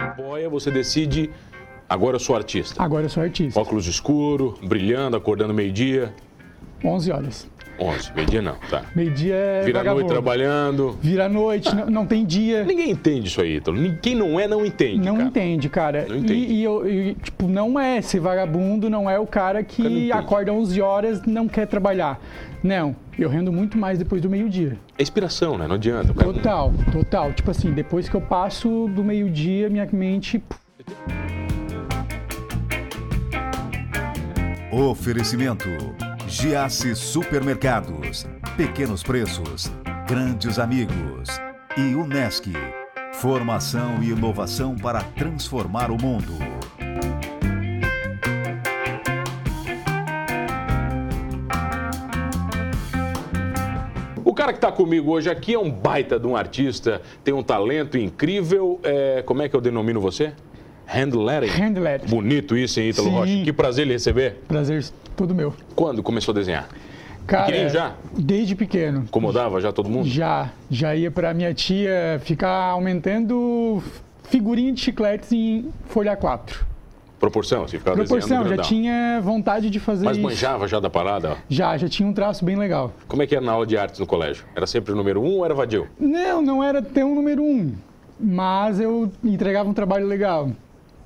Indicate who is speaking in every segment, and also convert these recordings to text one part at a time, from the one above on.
Speaker 1: apoia, você decide. Agora eu sou artista.
Speaker 2: Agora eu sou artista.
Speaker 1: Óculos escuro, brilhando, acordando meio-dia.
Speaker 2: 11 horas.
Speaker 1: 11, meio-dia não, tá.
Speaker 2: Meio-dia é
Speaker 1: Vira a
Speaker 2: vagabundo.
Speaker 1: noite trabalhando.
Speaker 2: Vira à noite, não, não tem dia.
Speaker 1: Ninguém entende isso aí, Ítalo. Nin- Quem não é, não entende.
Speaker 2: Não
Speaker 1: cara.
Speaker 2: entende, cara.
Speaker 1: Não entende.
Speaker 2: E, e eu, e, tipo, não é esse vagabundo, não é o cara
Speaker 1: Cara, não
Speaker 2: que
Speaker 1: entende.
Speaker 2: acorda 11 horas não quer trabalhar. Não, eu rendo muito mais depois do meio-dia.
Speaker 1: É inspiração, né? Não adianta. o cara não-
Speaker 2: Total, total. Tipo assim, depois que eu passo do meio-dia, minha mente. puf,
Speaker 3: Oferecimento: Giasse Supermercados, Pequenos Preços, Grandes Amigos e Unesc. Formação e inovação para transformar o mundo.
Speaker 1: O cara que tá comigo hoje aqui é um baita de um artista, tem um talento incrível. é, Como é que eu denomino você? Handlettering.
Speaker 2: Handlet.
Speaker 1: Bonito isso, hein, Ítalo
Speaker 2: Sim.
Speaker 1: Rocha? Que prazer lhe receber.
Speaker 2: Prazer todo meu.
Speaker 1: Quando começou a desenhar?
Speaker 2: Cara,
Speaker 1: Pequenininho já?
Speaker 2: desde pequeno.
Speaker 1: Incomodava já todo mundo?
Speaker 2: Já, já ia pra minha tia ficar aumentando figurinha de chicletes em folha 4.
Speaker 1: Proporção, você ficava
Speaker 2: Proporção,
Speaker 1: desenhando
Speaker 2: já
Speaker 1: um grandão.
Speaker 2: tinha vontade de fazer
Speaker 1: Mas
Speaker 2: isso.
Speaker 1: manjava já da parada? ó.
Speaker 2: Já, já tinha um traço bem legal.
Speaker 1: Como é que era na aula de artes no colégio? Era sempre o número um ou era vadio?
Speaker 2: Não, não era tão número um, mas eu entregava um trabalho legal.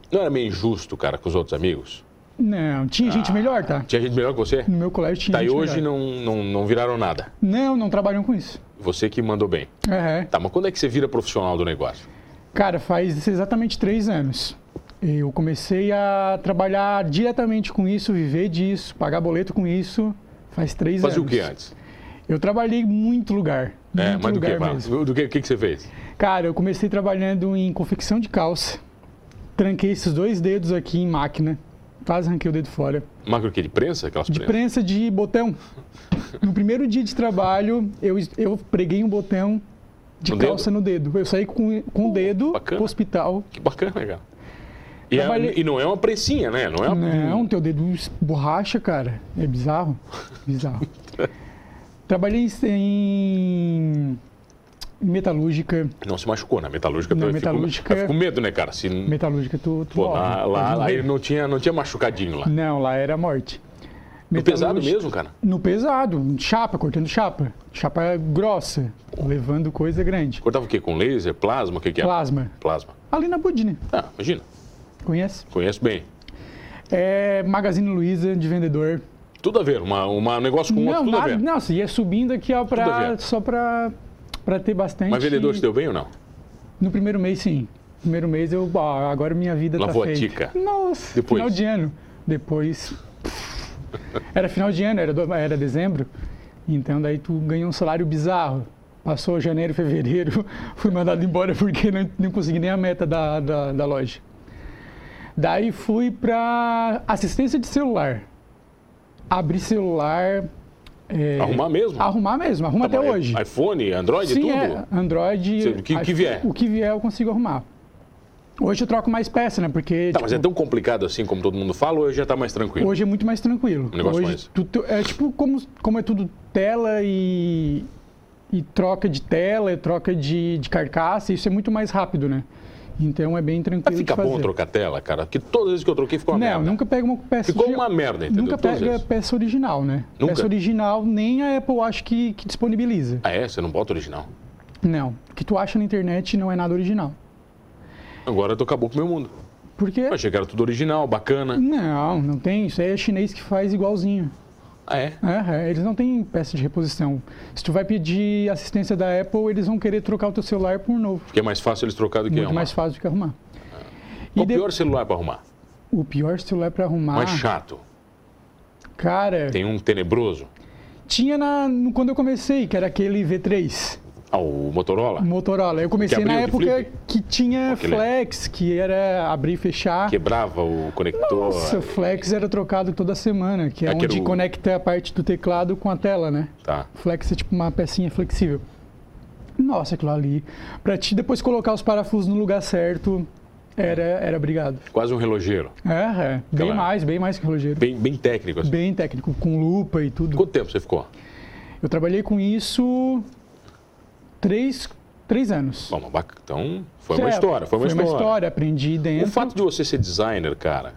Speaker 1: Não era meio injusto, cara, com os outros amigos?
Speaker 2: Não, tinha gente melhor, tá?
Speaker 1: Tinha gente melhor que você?
Speaker 2: No meu colégio tinha
Speaker 1: Ah. Tá, e
Speaker 2: gente
Speaker 1: hoje
Speaker 2: melhor.
Speaker 1: não, não, não viraram nada.
Speaker 2: não... Não, trabalham com isso.
Speaker 1: Você que mandou bem.
Speaker 2: É,
Speaker 1: Tá, mas quando é que você vira profissional do negócio?
Speaker 2: Cara, faz exatamente três anos. Eu comecei a trabalhar diretamente com isso, viver disso, pagar boleto com isso, faz três
Speaker 1: Fazia o
Speaker 2: anos.
Speaker 1: que antes?
Speaker 2: Eu trabalhei em muito lugar.
Speaker 1: É,
Speaker 2: muito
Speaker 1: mas do que?
Speaker 2: lugar
Speaker 1: pá?
Speaker 2: mesmo.
Speaker 1: Do que, o que, que você fez?
Speaker 2: Cara, eu comecei trabalhando em confecção de calça. Tranquei esses dois dedos aqui em máquina. Quase arranquei o dedo fora.
Speaker 1: Macro que de prensa? Aquelas
Speaker 2: De
Speaker 1: prensas?
Speaker 2: prensa de botão. No primeiro dia de trabalho, eu, eu preguei um botão de
Speaker 1: No dedo?
Speaker 2: calça no dedo. Eu saí com, com o dedo
Speaker 1: bacana.
Speaker 2: pro hospital.
Speaker 1: Que bacana, cara. E, é-
Speaker 2: Trabalhei-
Speaker 1: e não é uma prensinha, né? Não é uma...
Speaker 2: Não, teu dedo es- borracha, cara. É bizarro. Bizarro. Trabalhei em em metalúrgica.
Speaker 1: Não se machucou na metalúrgica.
Speaker 2: Na
Speaker 1: eu fico-
Speaker 2: metalúrgica-
Speaker 1: Eu fico com medo, né, cara? Se...
Speaker 2: Metalúrgica, tu. tu
Speaker 1: Pô,
Speaker 2: morre. um
Speaker 1: lá,
Speaker 2: Pode
Speaker 1: lá,
Speaker 2: morrer.
Speaker 1: aí não tinha, não tinha machucadinho lá.
Speaker 2: Não, lá era morte.
Speaker 1: No pesado
Speaker 2: Metalúrgica-
Speaker 1: mesmo, cara?
Speaker 2: No pesado, chapa, cortando chapa. Chapa grossa, levando coisa grande.
Speaker 1: Cortava o quê? Com laser? Plasma? O que que é?
Speaker 2: Plasma.
Speaker 1: Plasma.
Speaker 2: Ali na Budine,
Speaker 1: Ah, imagina.
Speaker 2: conhece?
Speaker 1: Conheço bem.
Speaker 2: É Magazine Luiza, de vendedor.
Speaker 1: Tudo a ver. Uma, uma um negócio com
Speaker 2: não,
Speaker 1: outro, tudo a
Speaker 2: nada,
Speaker 1: ver.
Speaker 2: não, se ia subindo aqui ó,
Speaker 1: Tudo a
Speaker 2: pra,
Speaker 1: ver.
Speaker 2: só pra, pra ter bastante.
Speaker 1: Mas vendedor te deu bem ou não?
Speaker 2: No primeiro mês, sim. Primeiro mês eu, ó, agora minha vida
Speaker 1: Lavou a
Speaker 2: tá feita.
Speaker 1: tica.
Speaker 2: Nossa,
Speaker 1: Depois?
Speaker 2: final de ano. Depois. Era final de ano, era, do- era dezembro. Então daí tu ganhou um salário bizarro. Passou janeiro, fevereiro, fui mandado embora porque não, não consegui nem a meta da, da, da loja. Daí fui pra assistência de celular. Abri celular. é,
Speaker 1: Arrumar Tá mesmo?
Speaker 2: Arrumar mesmo, arruma até
Speaker 1: Mas
Speaker 2: hoje.
Speaker 1: iPhone, Android,
Speaker 2: Sim,
Speaker 1: tudo?
Speaker 2: é. Android.
Speaker 1: Sim, o que- o que vier.
Speaker 2: O que vier eu consigo arrumar. Hoje eu troco mais peça, né? Porque
Speaker 1: Tá, mas é
Speaker 2: tipo,
Speaker 1: tão complicado assim como todo mundo fala ou já tá mais tranquilo?
Speaker 2: hoje é muito mais tranquilo.
Speaker 1: Um negócio
Speaker 2: hoje
Speaker 1: mais.
Speaker 2: tu- tu- é tipo como, como é tudo tela e, e troca de tela, e troca de, de carcaça, isso é muito mais rápido, né? Então é bem tranquilo.
Speaker 1: Mas fica
Speaker 2: de fazer.
Speaker 1: bom trocar tela, cara? Porque todas as vezes que eu troquei ficou uma
Speaker 2: Não,
Speaker 1: merda.
Speaker 2: nunca pega uma peça
Speaker 1: Ficou
Speaker 2: de-
Speaker 1: uma merda, entendeu?
Speaker 2: Nunca
Speaker 1: Todas as
Speaker 2: pega
Speaker 1: vezes.
Speaker 2: peça original, né?
Speaker 1: Nunca?
Speaker 2: Peça original nem a Apple acho que, que disponibiliza.
Speaker 1: Ah, é? Você não bota original?
Speaker 2: Não. O que tu acha na internet não é nada original.
Speaker 1: Agora eu tô acabou com o meu mundo.
Speaker 2: Por quê?
Speaker 1: Eu achei que era tudo original, bacana.
Speaker 2: Não, não tem. Isso aí é chinês que faz igualzinho.
Speaker 1: Ah, é?
Speaker 2: É, é, eles não têm peça de reposição. Se tu vai pedir assistência da Apple, eles vão querer trocar o teu celular por um novo.
Speaker 1: Porque é mais fácil eles trocar do que
Speaker 2: Muito
Speaker 1: arrumar.
Speaker 2: mais fácil do que arrumar.
Speaker 1: Qual
Speaker 2: E
Speaker 1: o
Speaker 2: de- Ah.
Speaker 1: pior celular pra arrumar?
Speaker 2: O pior celular pra arrumar,
Speaker 1: Mais chato.
Speaker 2: cara,
Speaker 1: Tem um tenebroso.
Speaker 2: tinha na, no- quando eu comecei, que era aquele V3
Speaker 1: Ah, o Motorola.
Speaker 2: Motorola. Eu comecei na
Speaker 1: abriu de
Speaker 2: época
Speaker 1: flip?
Speaker 2: que tinha
Speaker 1: Aquele-
Speaker 2: flex, que era abrir e fechar.
Speaker 1: Quebrava o conector.
Speaker 2: Nossa, flex era trocado toda semana, que é
Speaker 1: Aquele-
Speaker 2: onde conecta a parte do teclado com a tela, né?
Speaker 1: Tá.
Speaker 2: Flex é tipo uma pecinha flexível. Nossa, aquilo ali. Pra ti depois colocar os parafusos no lugar certo, era, era brigado.
Speaker 1: Quase um relogeiro.
Speaker 2: É, é. Bem
Speaker 1: Claro.
Speaker 2: mais, bem mais que relogeiro.
Speaker 1: Bem, bem técnico, assim.
Speaker 2: Bem técnico, com lupa e tudo.
Speaker 1: Quanto tempo você ficou?
Speaker 2: Eu trabalhei com isso três, três anos.
Speaker 1: Bom, mas bac- então, foi uma
Speaker 2: É,
Speaker 1: história, foi uma história.
Speaker 2: aprendi dentro.
Speaker 1: O fato de você ser designer, cara,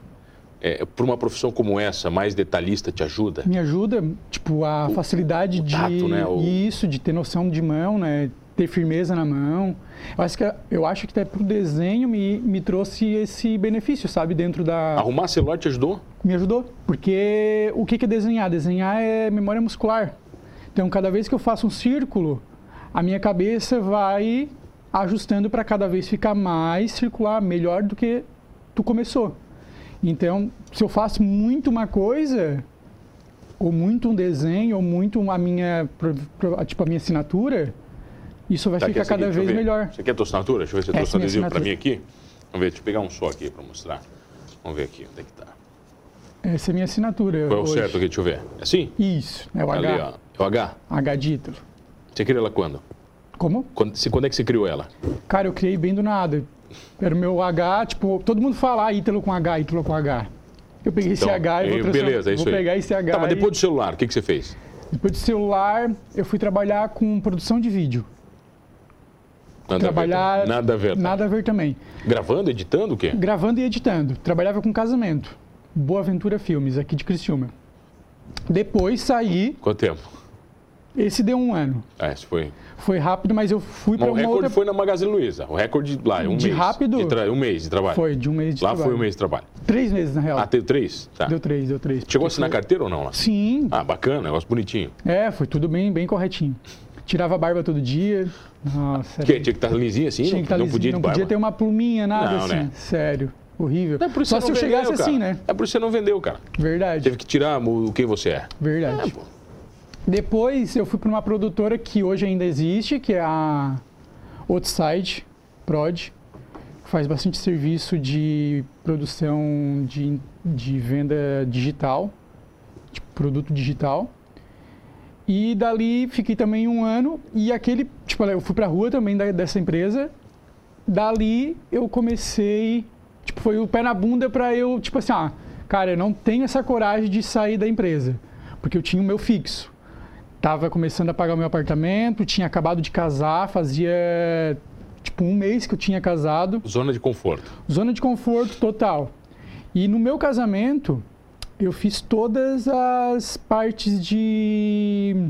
Speaker 1: é, para uma profissão como essa, mais detalhista, te ajuda?
Speaker 2: Me ajuda, tipo, a facilidade de
Speaker 1: tato, né? O-
Speaker 2: isso, de ter noção de mão, né? Ter firmeza na mão. Eu acho que, eu acho que até pro desenho me, me trouxe esse benefício, sabe? Dentro da...
Speaker 1: Arrumar celular te ajudou?
Speaker 2: me ajudou. Porque o que que é desenhar? Desenhar é memória muscular. Então, cada vez que eu faço um círculo, a minha cabeça vai ajustando para cada vez ficar mais circular, melhor do que tu começou. Então, se eu faço muito uma coisa, ou muito um desenho, ou muito a minha, pro- pro- tipo, a minha assinatura, isso vai
Speaker 1: Tá, aqui é
Speaker 2: ficar
Speaker 1: o
Speaker 2: cada
Speaker 1: seguinte, deixa eu
Speaker 2: vez
Speaker 1: ver.
Speaker 2: melhor.
Speaker 1: Você quer a tua assinatura? Deixa eu ver se eu
Speaker 2: Essa
Speaker 1: trouxe
Speaker 2: é minha
Speaker 1: adesivo para mim
Speaker 2: assinatura.
Speaker 1: aqui. Vamos ver, deixa eu pegar um só aqui para mostrar. Vamos ver aqui, onde é que tá?
Speaker 2: Essa é a minha assinatura
Speaker 1: Qual é o
Speaker 2: hoje.
Speaker 1: certo aqui? Deixa eu ver. É assim?
Speaker 2: Isso, é o
Speaker 1: Ali,
Speaker 2: H,
Speaker 1: ó. É o H.
Speaker 2: H título.
Speaker 1: Você criou ela quando?
Speaker 2: Como?
Speaker 1: Quando, se, quando é que você criou ela?
Speaker 2: Cara, eu criei bem do nada. Era o meu H, tipo, todo mundo fala ah, Ítalo com H, Ítalo com H. Eu peguei esse
Speaker 1: Então,
Speaker 2: H e vou
Speaker 1: eh,
Speaker 2: transformar-
Speaker 1: Beleza, é isso
Speaker 2: vou
Speaker 1: aí.
Speaker 2: pegar esse H.
Speaker 1: Tá, mas
Speaker 2: e-
Speaker 1: depois do celular, o que, que você fez?
Speaker 2: depois do celular, eu fui trabalhar com produção de vídeo.
Speaker 1: Nada a ver.
Speaker 2: Trabalhar-
Speaker 1: também. Nada a ver. tá?
Speaker 2: Nada a ver também.
Speaker 1: Gravando, editando o quê?
Speaker 2: Gravando e editando. Trabalhava com casamento. Boa Ventura Filmes, aqui de Criciúma. Depois saí,
Speaker 1: Quanto tempo?
Speaker 2: esse deu um ano.
Speaker 1: Ah, esse foi.
Speaker 2: Foi rápido, mas eu fui
Speaker 1: Mas
Speaker 2: para
Speaker 1: o
Speaker 2: uma
Speaker 1: recorde
Speaker 2: outra.
Speaker 1: foi na Magazine Luiza. O recorde lá, é um
Speaker 2: De
Speaker 1: mês.
Speaker 2: rápido?
Speaker 1: de tra- Um mês de trabalho.
Speaker 2: Foi, de um mês de
Speaker 1: Lá
Speaker 2: trabalho.
Speaker 1: foi um mês de trabalho.
Speaker 2: Três meses, na real.
Speaker 1: Ah, teve três? Tá.
Speaker 2: Deu três, deu três.
Speaker 1: Chegou a assinar carteira ou não lá?
Speaker 2: Sim,
Speaker 1: Ah, bacana, negócio bonitinho.
Speaker 2: É, foi tudo bem, bem corretinho. Tirava a barba todo dia. Nossa, era-
Speaker 1: Porque tinha que estar lisinho assim, não,
Speaker 2: tinha que tá
Speaker 1: não
Speaker 2: lisinho,
Speaker 1: podia
Speaker 2: não
Speaker 1: de barba.
Speaker 2: podia ter uma pluminha, nada
Speaker 1: Não,
Speaker 2: assim.
Speaker 1: né?
Speaker 2: Sério, horrível.
Speaker 1: É por isso
Speaker 2: Só
Speaker 1: que
Speaker 2: se
Speaker 1: você
Speaker 2: eu
Speaker 1: não vendeu,
Speaker 2: chegasse assim,
Speaker 1: cara.
Speaker 2: né?
Speaker 1: É por isso que você não vendeu, cara.
Speaker 2: Verdade,
Speaker 1: Teve que tirar o quem você é.
Speaker 2: verdade.
Speaker 1: pô.
Speaker 2: Depois eu fui para uma produtora que hoje ainda existe, que é a Outside Prod. que Faz bastante serviço de produção de, de venda digital, de produto digital. E dali fiquei também um ano e aquele, tipo, eu fui pra rua também da- dessa empresa. Dali eu comecei, tipo, foi o pé na bunda pra eu, tipo assim, ah, cara, eu não tenho essa coragem de sair da empresa, porque eu tinha o meu fixo. Tava começando a pagar o meu apartamento, tinha acabado de casar, fazia tipo um mês que eu tinha casado.
Speaker 1: Zona de conforto.
Speaker 2: Zona de conforto total. E no meu casamento, eu fiz todas as partes de,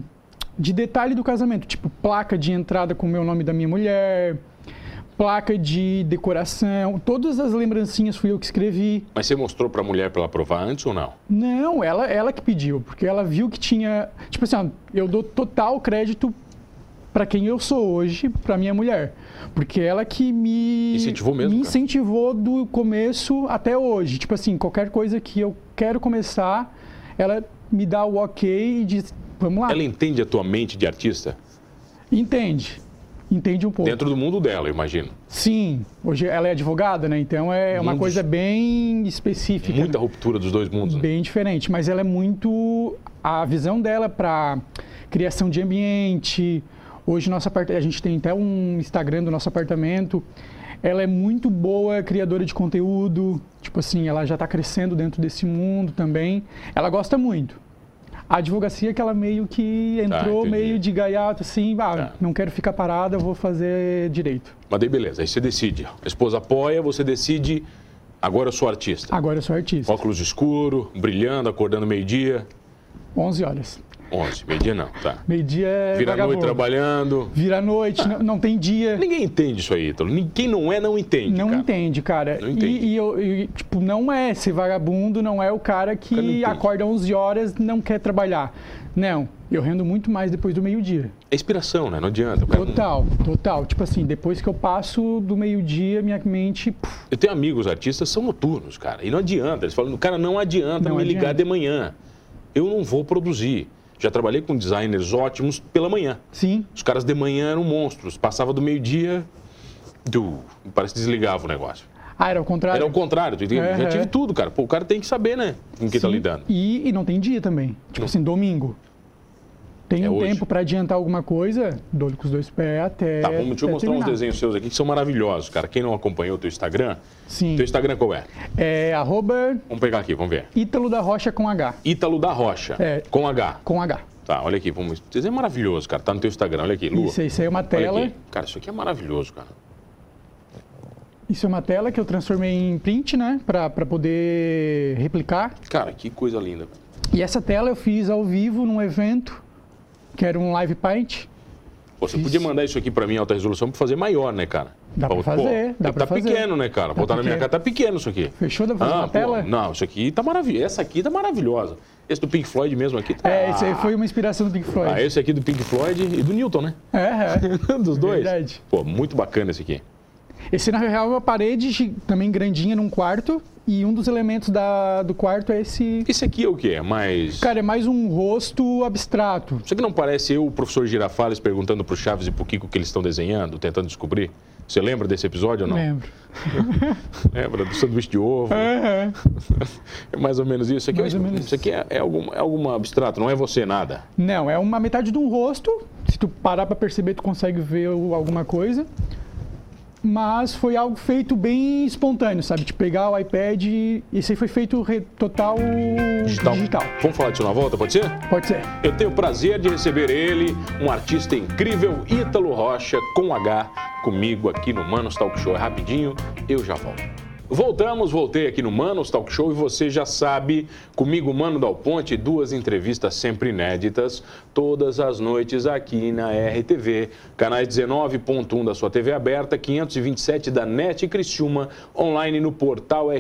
Speaker 2: de detalhe do casamento, tipo placa de entrada com o meu nome e da minha mulher, placa de decoração, todas as lembrancinhas fui eu que escrevi.
Speaker 1: Mas você mostrou pra mulher pra ela provar antes ou não?
Speaker 2: Não, ela, ela que pediu, porque ela viu que tinha. Tipo assim, ó, eu dou total crédito pra quem eu sou hoje, pra minha mulher. Porque ela que me.
Speaker 1: Incentivou mesmo,
Speaker 2: Me
Speaker 1: cara.
Speaker 2: incentivou do começo até hoje. Tipo assim, qualquer coisa que eu quero começar, ela me dá o ok e diz: vamos lá.
Speaker 1: Ela entende a tua mente de artista?
Speaker 2: Entende. Entende um pouco.
Speaker 1: Dentro do mundo dela, eu imagino.
Speaker 2: Sim, hoje ela é advogada, né? Então é uma
Speaker 1: Mundo-
Speaker 2: coisa bem específica. né?
Speaker 1: Muita ruptura dos dois mundos. Né?
Speaker 2: Bem diferente, mas ela é muito. A visão dela para criação de ambiente. Hoje, nosso apart... a gente tem até um Instagram do nosso apartamento. Ela é muito boa criadora de conteúdo. Tipo assim, ela já está crescendo dentro desse mundo também. Ela gosta muito. A advocacia que ela meio que entrou
Speaker 1: Tá, entendi.
Speaker 2: meio de gaiato, assim, ah,
Speaker 1: Tá.
Speaker 2: não quero ficar parada, eu vou fazer direito.
Speaker 1: Mas daí beleza, aí você decide. A esposa apoia, você decide. Agora eu sou artista.
Speaker 2: Agora eu sou artista.
Speaker 1: Óculos escuro, brilhando, acordando meio-dia.
Speaker 2: 11 horas.
Speaker 1: 11, meio-dia não, tá.
Speaker 2: Meio-dia é
Speaker 1: Vira a noite
Speaker 2: vagabundo.
Speaker 1: trabalhando.
Speaker 2: Vira a noite, não, não tem dia.
Speaker 1: Ninguém entende isso aí, Ítalo. Ninguém não é, não entende.
Speaker 2: Não
Speaker 1: cara.
Speaker 2: entende, cara.
Speaker 1: Não entende.
Speaker 2: E, e eu, e, tipo, não é esse vagabundo, não é o cara
Speaker 1: Cara, não
Speaker 2: que
Speaker 1: entende.
Speaker 2: acorda 11 horas e não quer trabalhar. Não, eu rendo muito mais depois do meio-dia.
Speaker 1: É inspiração, né? Não adianta. o cara não-
Speaker 2: Total, total. Tipo assim, depois que eu passo do meio-dia, minha mente. puf,
Speaker 1: Eu tenho amigos artistas são noturnos, cara. E não adianta. Eles falam, cara, não adianta
Speaker 2: Não
Speaker 1: me ligar
Speaker 2: adianta.
Speaker 1: de manhã. Eu não vou produzir. Já trabalhei com designers ótimos pela manhã.
Speaker 2: sim,
Speaker 1: Os caras de manhã eram monstros. Passava do meio-dia. Du, parece que desligava o negócio.
Speaker 2: ah, era o contrário.
Speaker 1: Era um o contrário. tu entende? Já
Speaker 2: Aham.
Speaker 1: tive tudo, cara. Pô, o cara tem que saber, né? Com que tá
Speaker 2: Sim,
Speaker 1: lidando.
Speaker 2: E, e não tem dia também. Tipo assim, domingo. Tem
Speaker 1: É
Speaker 2: um
Speaker 1: hoje.
Speaker 2: tempo pra adiantar alguma coisa, dou com os dois pés até.
Speaker 1: Tá, vamos, deixa eu
Speaker 2: até
Speaker 1: mostrar uns
Speaker 2: É, terminar.
Speaker 1: desenhos seus aqui que são maravilhosos, cara. Quem não acompanhou o teu Instagram,
Speaker 2: Sim.
Speaker 1: teu Instagram qual é?
Speaker 2: É arroba
Speaker 1: Vamos pegar aqui, vamos ver.
Speaker 2: Ítalo da Rocha com H.
Speaker 1: Ítalo da Rocha,
Speaker 2: É.
Speaker 1: com H.
Speaker 2: Com H.
Speaker 1: Tá, olha aqui, vamos. Isso é maravilhoso, cara. Tá no teu Instagram, olha aqui, Lua.
Speaker 2: Isso, isso aí é uma
Speaker 1: Olha
Speaker 2: tela.
Speaker 1: aqui. Cara, isso aqui é maravilhoso, cara.
Speaker 2: Isso é uma tela que eu transformei em print, né? Pra, pra poder replicar.
Speaker 1: Cara, que coisa linda.
Speaker 2: E essa tela eu fiz ao vivo num evento, que era um live paint.
Speaker 1: Pô, você podia mandar isso aqui pra mim em alta resolução pra fazer maior, né, cara?
Speaker 2: Dá pra
Speaker 1: Pô,
Speaker 2: fazer, dá
Speaker 1: tá
Speaker 2: pra fazer.
Speaker 1: pequeno, né, cara? Botar na minha
Speaker 2: pequeno.
Speaker 1: cara, tá pequeno isso aqui.
Speaker 2: Fechou? Dá pra fazer
Speaker 1: Ah,
Speaker 2: uma
Speaker 1: pô,
Speaker 2: tela?
Speaker 1: Não, isso aqui tá maravilhoso. Essa aqui tá maravilhosa. Esse do Pink Floyd mesmo aqui tá.
Speaker 2: É, isso aí foi uma inspiração do Pink Floyd.
Speaker 1: Ah, esse aqui do Pink Floyd e do Newton, né?
Speaker 2: É, é.
Speaker 1: Dos dois.
Speaker 2: Verdade.
Speaker 1: Pô, muito bacana esse aqui.
Speaker 2: Esse, na real, é uma parede gi- também grandinha num quarto. E um dos elementos da, do quarto é esse.
Speaker 1: Esse aqui é o quê? É mais.
Speaker 2: Cara, é mais um rosto abstrato.
Speaker 1: Isso aqui não parece eu, o professor Girafales, perguntando pro Chaves e pro Kiko o que eles estão desenhando, tentando descobrir? Você lembra desse episódio ou não?
Speaker 2: Lembro.
Speaker 1: Lembra do sanduíche de ovo?
Speaker 2: Aham.
Speaker 1: É mais ou menos isso. Isso aqui, é,
Speaker 2: Mais
Speaker 1: um-
Speaker 2: ou menos
Speaker 1: isso aqui é, é algum, é algum abstrato, não é você nada.
Speaker 2: Não, é uma metade de um rosto. Se tu parar pra perceber, tu consegue ver o- alguma coisa. Mas foi algo feito bem espontâneo, sabe? De pegar o iPad e... Isso aí foi feito re- total
Speaker 1: Digital.
Speaker 2: digital.
Speaker 1: Vamos falar disso na volta, pode ser?
Speaker 2: Pode ser.
Speaker 1: Eu tenho o prazer de receber ele, um artista incrível, Ítalo Rocha, com H, comigo aqui no Manos Talk Show. É rapidinho, eu já volto. Voltamos, voltei aqui no Manos Talk Show e você já sabe, comigo, Mano Dal Ponte, duas entrevistas sempre inéditas, todas as noites aqui na RTV, canais 19.1 da sua TV aberta, 527 da NET e Criciúma, online no portal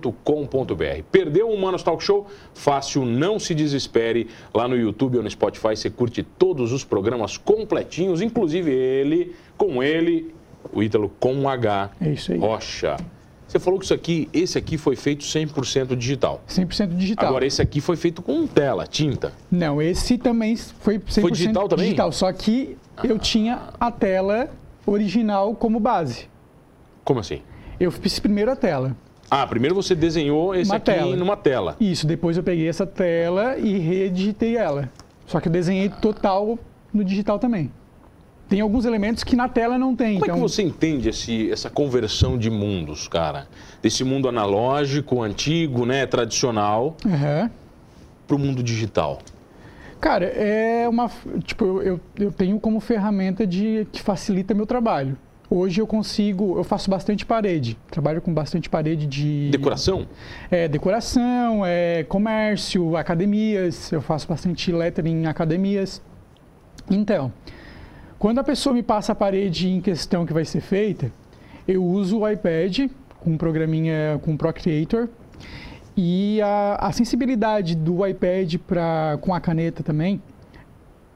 Speaker 1: rtv.com.br. Perdeu o Manos Talk Show? Fácil, não se desespere. Lá no YouTube ou no Spotify você curte todos os programas completinhos, inclusive ele, com ele, o Ítalo com um H.
Speaker 2: É isso aí.
Speaker 1: Rocha. Você falou que isso aqui, esse aqui foi feito 100% digital.
Speaker 2: 100% digital.
Speaker 1: Agora, esse aqui foi feito com tela, tinta.
Speaker 2: Não, esse também foi 100%
Speaker 1: Foi digital também?
Speaker 2: digital, só que eu tinha a tela original como base.
Speaker 1: Como assim?
Speaker 2: Eu fiz primeiro a tela.
Speaker 1: Ah, primeiro você desenhou esse
Speaker 2: Uma
Speaker 1: aqui
Speaker 2: tela.
Speaker 1: numa tela.
Speaker 2: Isso, depois eu peguei essa tela e redigitei ela. Só que eu desenhei total no digital também. Tem alguns elementos que na tela não tem.
Speaker 1: Como
Speaker 2: então,
Speaker 1: é que você entende esse- essa conversão de mundos, cara? Desse mundo analógico, antigo, né, tradicional,
Speaker 2: Aham.
Speaker 1: para o mundo digital?
Speaker 2: Cara, é uma. f- Tipo, eu, eu, eu tenho como ferramenta de, que facilita meu trabalho. Hoje eu consigo. Eu faço bastante parede. Trabalho com bastante parede de.
Speaker 1: Decoração?
Speaker 2: É decoração, é comércio, academias. Eu faço bastante lettering em academias. Então, quando a pessoa me passa a parede em questão que vai ser feita, eu uso o iPad com um programinha com Procreator e a, a sensibilidade do iPad pra, com a caneta também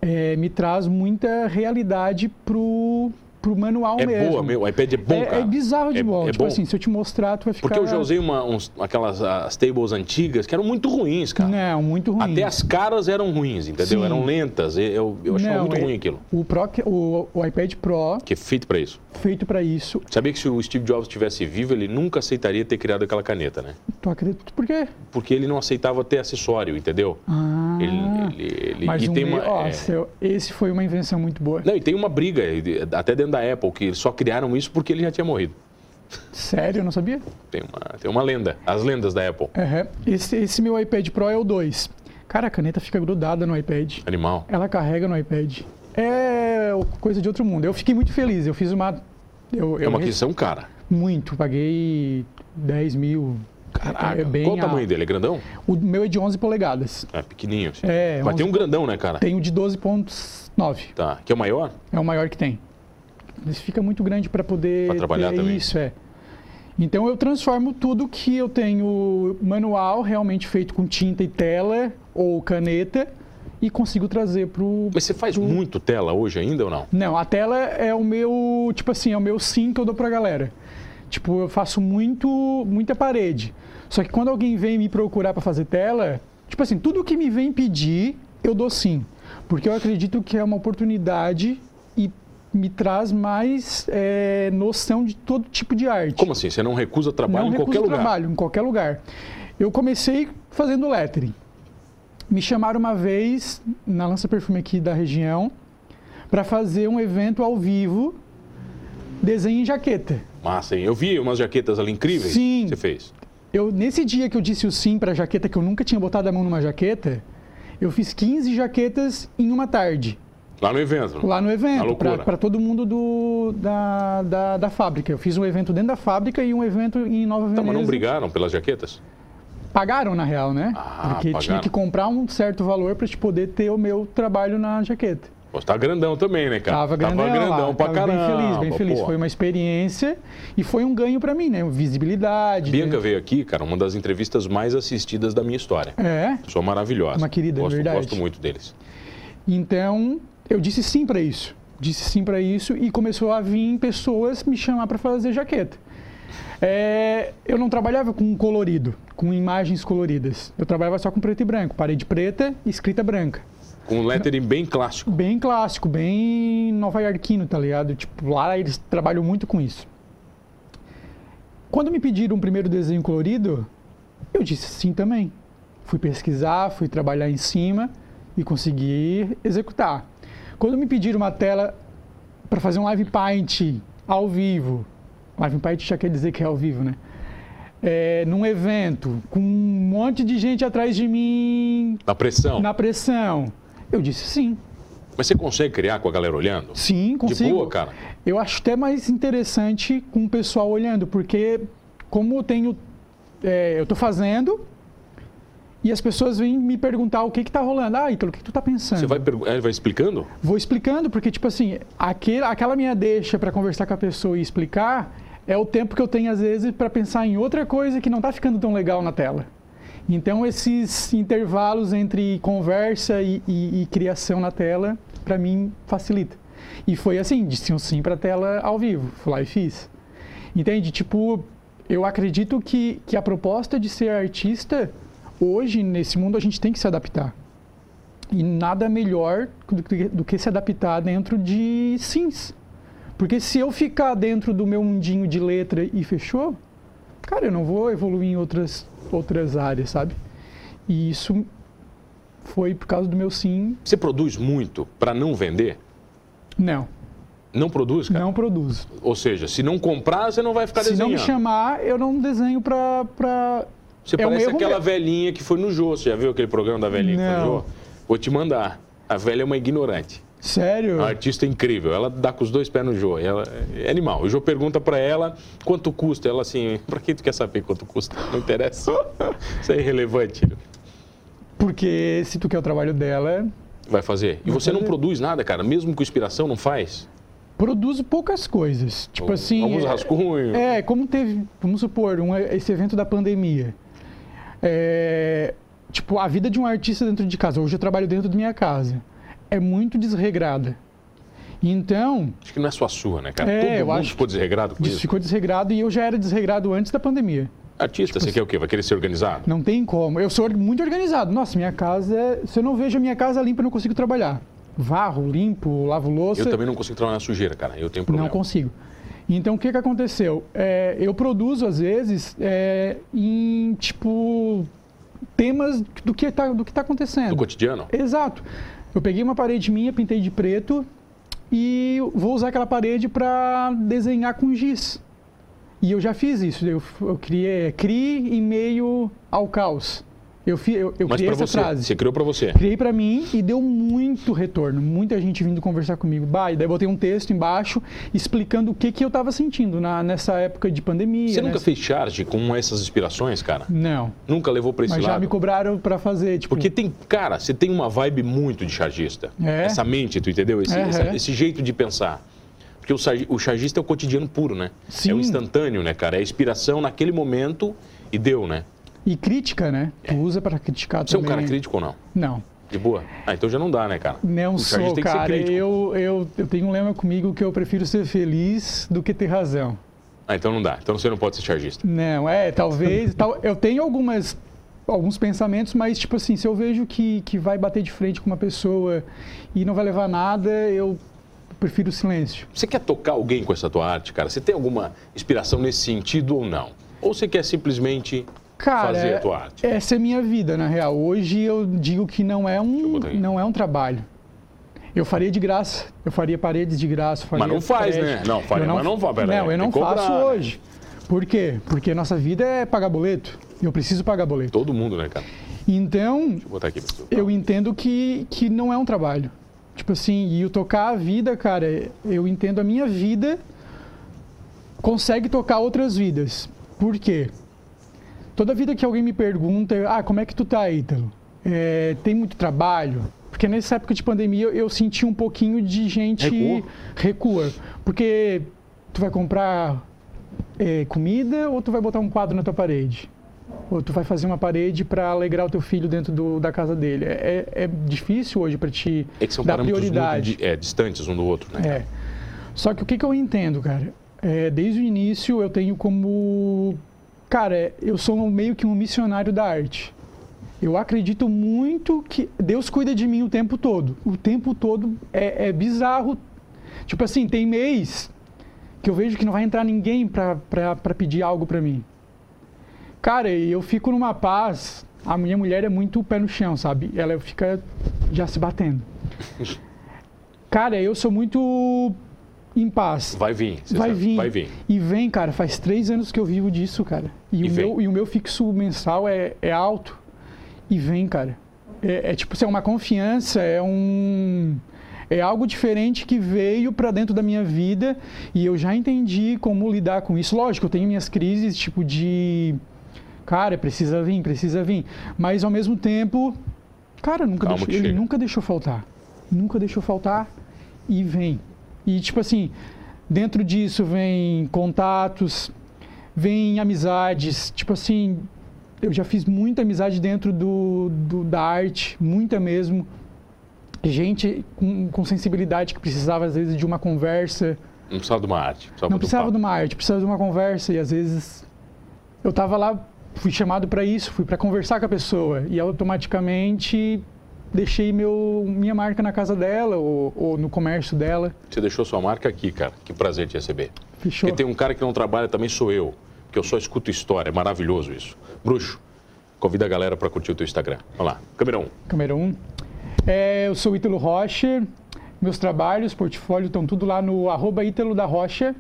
Speaker 2: é, me traz muita realidade pro, pro manual
Speaker 1: É
Speaker 2: mesmo.
Speaker 1: boa, meu. O iPad é bom,
Speaker 2: é,
Speaker 1: cara.
Speaker 2: é bizarro de
Speaker 1: é,
Speaker 2: bom.
Speaker 1: É
Speaker 2: tipo
Speaker 1: bom.
Speaker 2: assim, se eu te mostrar, tu vai ficar.
Speaker 1: Porque eu já usei uma, uns- aquelas as tables antigas que eram muito ruins, cara.
Speaker 2: Não, muito ruim.
Speaker 1: Até as caras eram ruins, entendeu?
Speaker 2: Sim.
Speaker 1: Eram lentas. Eu- Eu, eu achava
Speaker 2: Não,
Speaker 1: muito
Speaker 2: é-
Speaker 1: ruim aquilo.
Speaker 2: O, Pro, o, o iPad Pro,
Speaker 1: Que é feito para isso.
Speaker 2: feito para isso,
Speaker 1: Sabia que se o Steve Jobs estivesse vivo, ele nunca aceitaria ter criado aquela caneta, né?
Speaker 2: tu acredita? Por quê?
Speaker 1: Porque ele não aceitava ter acessório, entendeu?
Speaker 2: Ah,
Speaker 1: Ele, ele, ele-
Speaker 2: mas
Speaker 1: e
Speaker 2: um
Speaker 1: tem
Speaker 2: meio-
Speaker 1: uma.
Speaker 2: ó,
Speaker 1: é.
Speaker 2: seu, esse foi uma invenção muito boa.
Speaker 1: Não, e tem uma briga, até dentro da Apple, que só criaram isso porque ele já tinha morrido.
Speaker 2: Sério, eu não sabia?
Speaker 1: Tem uma, tem uma lenda, as lendas da Apple.
Speaker 2: Aham. Esse, esse meu iPad Pro é o 2. Cara, a caneta fica grudada no iPad.
Speaker 1: Animal.
Speaker 2: Ela carrega no iPad. É coisa de outro mundo. Eu fiquei muito feliz. Eu fiz uma. Eu,
Speaker 1: É
Speaker 2: eu
Speaker 1: uma
Speaker 2: rece-
Speaker 1: aquisição cara.
Speaker 2: Muito. Paguei 10 mil.
Speaker 1: Caraca,
Speaker 2: É bem
Speaker 1: qual o
Speaker 2: a-
Speaker 1: tamanho dele? É grandão?
Speaker 2: O meu é de 11 polegadas.
Speaker 1: É pequenininho. Assim.
Speaker 2: É,
Speaker 1: Mas tem
Speaker 2: 11.
Speaker 1: um grandão, né, cara?
Speaker 2: Tem o de 12,9.
Speaker 1: Tá, que é o maior?
Speaker 2: É o maior que tem. Mas fica muito grande para poder.
Speaker 1: Pra trabalhar
Speaker 2: ter
Speaker 1: também.
Speaker 2: Isso, é. Então eu transformo tudo que eu tenho manual, realmente feito com tinta e tela ou caneta, e consigo trazer pro.
Speaker 1: Mas você faz
Speaker 2: Hum.
Speaker 1: muito tela hoje ainda ou não?
Speaker 2: Não, a tela é o meu. Tipo assim, é o meu sim que eu dou pra galera. Tipo, eu faço muito, muita parede. Só que quando alguém vem me procurar para fazer tela, tipo assim, tudo que me vem pedir, eu dou sim. Porque eu acredito que é uma oportunidade e me traz mais eh, noção de todo tipo de arte.
Speaker 1: Como assim? Você não recusa trabalho
Speaker 2: Não
Speaker 1: em qualquer
Speaker 2: recuso
Speaker 1: lugar?
Speaker 2: trabalho, em qualquer lugar. Eu comecei fazendo lettering. Me chamaram uma vez na Lança Perfume aqui da região para fazer um evento ao vivo, desenho em jaqueta.
Speaker 1: Massa, hein? Eu vi umas jaquetas ali incríveis
Speaker 2: Sim.
Speaker 1: que você fez.
Speaker 2: Eu nesse dia que eu disse o sim para jaqueta que eu nunca tinha botado a mão numa jaqueta, Eu fiz 15 jaquetas em uma tarde.
Speaker 1: Lá no evento.
Speaker 2: Lá no
Speaker 1: Na
Speaker 2: evento,
Speaker 1: loucura.
Speaker 2: para todo mundo do, da, da, da fábrica. Eu fiz um evento dentro da fábrica e um evento em Nova
Speaker 1: Tá,
Speaker 2: Veneza.
Speaker 1: mas não brigaram pelas jaquetas?
Speaker 2: Pagaram, na real, né?
Speaker 1: Ah,
Speaker 2: Porque tinha
Speaker 1: pagaram.
Speaker 2: que comprar um certo valor para te poder ter o meu trabalho na jaqueta.
Speaker 1: Pô, tá grandão também, né, cara?
Speaker 2: Tava grandão,
Speaker 1: grandão
Speaker 2: lá,
Speaker 1: pra
Speaker 2: tava
Speaker 1: caramba.
Speaker 2: Bem feliz, bem feliz.
Speaker 1: pô.
Speaker 2: Foi uma experiência e foi um ganho para mim, né? Visibilidade.
Speaker 1: Bianca
Speaker 2: né?
Speaker 1: veio aqui, cara, uma das entrevistas mais assistidas da minha história.
Speaker 2: É.
Speaker 1: Pessoa maravilhosa.
Speaker 2: Uma querida, é
Speaker 1: gosto,
Speaker 2: verdade.
Speaker 1: Gosto muito deles.
Speaker 2: Então, eu disse sim para isso. Disse sim para isso e começou a vir pessoas me chamar para fazer jaqueta. É, eu não trabalhava com colorido, com imagens coloridas. Eu trabalhava só com preto e branco, parede preta, escrita branca.
Speaker 1: Com um lettering bem clássico.
Speaker 2: Bem clássico, bem nova iorquino, tá ligado? Tipo, lá eles trabalham muito com isso. Quando me pediram um primeiro desenho colorido, eu disse sim também. Fui pesquisar, fui trabalhar em cima e consegui executar. Quando me pediram uma tela para fazer um live paint ao vivo, live paint já quer dizer que é ao vivo, né? É, num evento, com um monte de gente atrás de mim,
Speaker 1: Na pressão.
Speaker 2: na pressão, eu disse sim.
Speaker 1: Mas você consegue criar com a galera olhando?
Speaker 2: Sim, consigo.
Speaker 1: De boa, cara.
Speaker 2: Eu acho até mais interessante com o pessoal olhando, porque como eu tenho. é, eu estou fazendo e as pessoas vêm me perguntar o que está rolando. Ah, Ítalo, o que, que tu tá pensando?
Speaker 1: Você vai, pergu- ah, vai explicando?
Speaker 2: Vou explicando, porque, tipo assim, aquele, aquela minha deixa para conversar com a pessoa e explicar é o tempo que eu tenho, às vezes, para pensar em outra coisa que não está ficando tão legal na tela. Então, esses intervalos entre conversa e, e- e criação na tela, para mim, facilita. E foi assim, disse um sim para tela ao vivo. Fui lá e fiz. Entende? Tipo, eu acredito que, que a proposta de ser artista, hoje, nesse mundo, a gente tem que se adaptar. E nada melhor do que, do que se adaptar dentro de sims. Porque se eu ficar dentro do meu mundinho de letra e fechou, cara, eu não vou evoluir em outras, outras áreas, sabe? E isso foi por causa do meu sim.
Speaker 1: Você produz muito pra não vender?
Speaker 2: Não,
Speaker 1: Não produz, cara?
Speaker 2: não produzo.
Speaker 1: Ou seja, se não comprar, você não vai ficar
Speaker 2: Se não
Speaker 1: Tá desenhando.
Speaker 2: me chamar, eu não desenho pra. pra...
Speaker 1: Você
Speaker 2: é um
Speaker 1: parece
Speaker 2: erro
Speaker 1: aquela
Speaker 2: meu.
Speaker 1: velhinha que foi no Jô. Você já viu aquele programa da velhinha que foi no
Speaker 2: Não.
Speaker 1: Jô? Vou te mandar. A velha é uma ignorante.
Speaker 2: Sério?
Speaker 1: Uma artista é incrível. Ela dá com os dois pés no Jô. e Ela é animal. O Jô pergunta pra ela quanto custa. Ela assim, pra que tu quer saber quanto custa? Não interessa. Isso é irrelevante.
Speaker 2: Porque se tu quer o trabalho dela,
Speaker 1: Vai fazer. E
Speaker 2: Vou
Speaker 1: você não
Speaker 2: fazer.
Speaker 1: produz nada, cara. Mesmo com inspiração, não faz?
Speaker 2: produzo poucas coisas. Tipo assim.
Speaker 1: Alguns
Speaker 2: é-
Speaker 1: rascunhos.
Speaker 2: É, como teve, vamos supor, um, esse evento da pandemia. É, tipo, a vida de um artista dentro de casa, hoje eu trabalho dentro da minha casa, é muito desregrada. Então,
Speaker 1: Acho que não é só a sua, né, cara?
Speaker 2: É,
Speaker 1: Todo
Speaker 2: eu
Speaker 1: mundo
Speaker 2: acho
Speaker 1: ficou desregrado com
Speaker 2: isso
Speaker 1: isso.
Speaker 2: ficou desregrado e eu já era desregrado antes da pandemia.
Speaker 1: Artista, você quer o quê? Vai querer ser organizado?
Speaker 2: tipo assim, Não tem como. Eu sou or- muito organizado. Nossa, minha casa, é- se eu não vejo a minha casa limpa, eu não consigo trabalhar. Varro, limpo, lavo louça.
Speaker 1: Eu também não consigo trabalhar na sujeira, cara. Eu tenho problema.
Speaker 2: Não consigo. Então, o que, que aconteceu? É, eu produzo, às vezes, é, em, tipo, temas do que está do que tá
Speaker 1: No
Speaker 2: acontecendo.
Speaker 1: cotidiano?
Speaker 2: Exato. Eu peguei uma parede minha, pintei de preto e vou usar aquela parede para desenhar com giz. E eu já fiz isso. Eu, eu criei, é, crie em meio ao caos. Eu, fi, eu, eu
Speaker 1: Mas
Speaker 2: criei
Speaker 1: pra
Speaker 2: essa
Speaker 1: você.
Speaker 2: frase
Speaker 1: Você criou pra você.
Speaker 2: criei pra mim e deu muito retorno, muita gente vindo conversar comigo. Bah, e daí botei um texto embaixo explicando o que, que eu tava sentindo na, nessa época de pandemia.
Speaker 1: Você nunca
Speaker 2: nessa-
Speaker 1: fez charge com essas inspirações, cara?
Speaker 2: Não,
Speaker 1: Nunca levou pra esse
Speaker 2: mas já
Speaker 1: lado?
Speaker 2: me cobraram pra fazer, tipo,
Speaker 1: Porque tem, cara, você tem uma vibe muito de chargista.
Speaker 2: É.
Speaker 1: Essa mente, tu entendeu? Esse,
Speaker 2: Aham.
Speaker 1: essa- esse jeito de pensar. Porque o, sargi- o chargista é o cotidiano puro, né?
Speaker 2: Sim.
Speaker 1: É o instantâneo, né, cara? É a inspiração naquele momento e deu, né?
Speaker 2: e crítica, né? Tu usa pra criticar
Speaker 1: Você é um
Speaker 2: também.
Speaker 1: cara crítico ou não?
Speaker 2: Não.
Speaker 1: De boa? Ah, então já não dá, né, cara?
Speaker 2: Não
Speaker 1: o chargista
Speaker 2: sou,
Speaker 1: tem que ser
Speaker 2: cara.
Speaker 1: crítico.
Speaker 2: Eu, eu, eu tenho um lema comigo que eu prefiro ser feliz do que ter razão.
Speaker 1: Ah, então não dá. Então você não pode ser chargista.
Speaker 2: Não, é, talvez. tal, eu tenho algumas, alguns pensamentos, mas, tipo assim, se eu vejo que, que vai bater de frente com uma pessoa e não vai levar nada, eu prefiro o silêncio.
Speaker 1: Você quer tocar alguém com essa tua arte, cara? Você tem alguma inspiração nesse sentido ou não? Ou você quer simplesmente
Speaker 2: Cara,
Speaker 1: fazer a tua arte?
Speaker 2: essa é minha vida, na real. Hoje eu digo que não é
Speaker 1: eu
Speaker 2: um,
Speaker 1: botar aqui.
Speaker 2: não é um trabalho. Eu faria de graça, eu faria paredes de graça. Faria
Speaker 1: Mas não faz,
Speaker 2: prédio.
Speaker 1: né? Não, faria,
Speaker 2: Eu
Speaker 1: mas não faz, pera aí,
Speaker 2: Não, eu
Speaker 1: tem
Speaker 2: não
Speaker 1: que cobrar,
Speaker 2: faço
Speaker 1: né?
Speaker 2: hoje. Por quê? Porque nossa vida é pagar boleto. Eu preciso pagar boleto.
Speaker 1: Todo mundo, né, cara?
Speaker 2: Então,
Speaker 1: Deixa eu botar aqui pra você.
Speaker 2: eu entendo que, que não é um trabalho. Tipo assim, e o tocar a vida, cara, eu entendo a minha vida consegue tocar outras vidas. Por quê? Toda vida que alguém me pergunta, ah, como é que tu tá, Ítalo? É, tem muito trabalho? Porque nessa época de pandemia eu, eu senti um pouquinho de gente
Speaker 1: Recuo.
Speaker 2: recua. Porque tu vai comprar é, comida ou tu vai botar um quadro na tua parede? Ou tu vai fazer uma parede para alegrar o teu filho dentro do- da casa dele? É, é- é difícil hoje para te
Speaker 1: É que são
Speaker 2: dar
Speaker 1: parâmetros
Speaker 2: prioridade.
Speaker 1: muito di- é, distantes um do outro, né?
Speaker 2: É. Só que o que, que eu entendo, cara? É, desde o início eu tenho como. Cara, é, eu sou um- meio que um missionário da arte. Eu acredito muito que Deus cuida de mim o tempo todo. O tempo todo é, é bizarro. Tipo assim, tem mês que eu vejo que não vai entrar ninguém pra, pra, pra pedir algo pra mim. Cara, e eu fico numa paz. A minha mulher é muito pé no chão, sabe? Ela fica já se batendo. Cara, eu sou muito em paz.
Speaker 1: Vai vir. você
Speaker 2: Vai
Speaker 1: sabe,
Speaker 2: vir.
Speaker 1: Vai vir.
Speaker 2: E vem, cara, faz três anos que eu vivo disso, cara. E,
Speaker 1: E
Speaker 2: o,
Speaker 1: vem.
Speaker 2: meu, e o meu fixo mensal é, é alto. E vem, cara. É, é tipo, assim, é uma confiança, é um. É algo diferente que veio pra dentro da minha vida e eu já entendi como lidar com isso. Lógico, eu tenho minhas crises, tipo, de. Cara, precisa vir, precisa vir. Mas ao mesmo tempo, cara, nunca
Speaker 1: Calma
Speaker 2: deixou,
Speaker 1: que
Speaker 2: ele
Speaker 1: chega.
Speaker 2: nunca deixou faltar. Nunca deixou faltar e vem. E tipo assim, dentro disso vem contatos, vem amizades. Tipo assim, eu já fiz muita amizade dentro do, do- da arte, muita mesmo. Gente com, com sensibilidade que precisava às vezes de uma conversa.
Speaker 1: Não precisava de uma arte. Precisava
Speaker 2: Não
Speaker 1: do
Speaker 2: precisava de
Speaker 1: papo.
Speaker 2: uma arte, precisava de uma conversa. E às vezes eu tava lá, fui chamado para isso, fui para conversar com a pessoa. E automaticamente deixei meu, minha marca na casa dela ou, ou no comércio dela.
Speaker 1: Você deixou sua marca aqui, cara. Que prazer te receber.
Speaker 2: Fechou.
Speaker 1: Porque tem um cara que não trabalha também, sou eu. Porque eu só escuto história. É maravilhoso isso. Bruxo, convida a galera pra curtir o teu Instagram. Vamos lá. Câmera 1.
Speaker 2: Câmera 1. É, eu sou Ítalo Rocha. Meus trabalhos, portfólio estão tudo lá no arroba Ítalo da Rocha.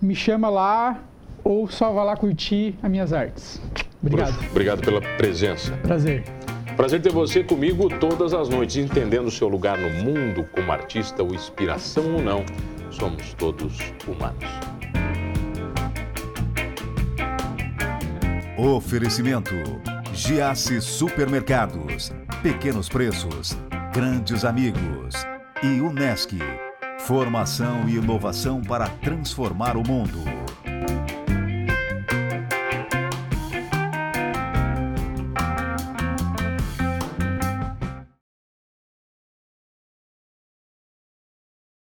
Speaker 2: Me chama lá ou só vá lá curtir as minhas artes. Obrigado.
Speaker 1: Bruxo, obrigado pela presença.
Speaker 2: Prazer.
Speaker 1: Prazer ter você comigo todas as noites, entendendo o seu lugar no mundo como artista ou inspiração ou não. Somos todos humanos.
Speaker 3: Oferecimento: Giasse Supermercados, Pequenos Preços, Grandes Amigos e Unesc. Formação e inovação para transformar o mundo.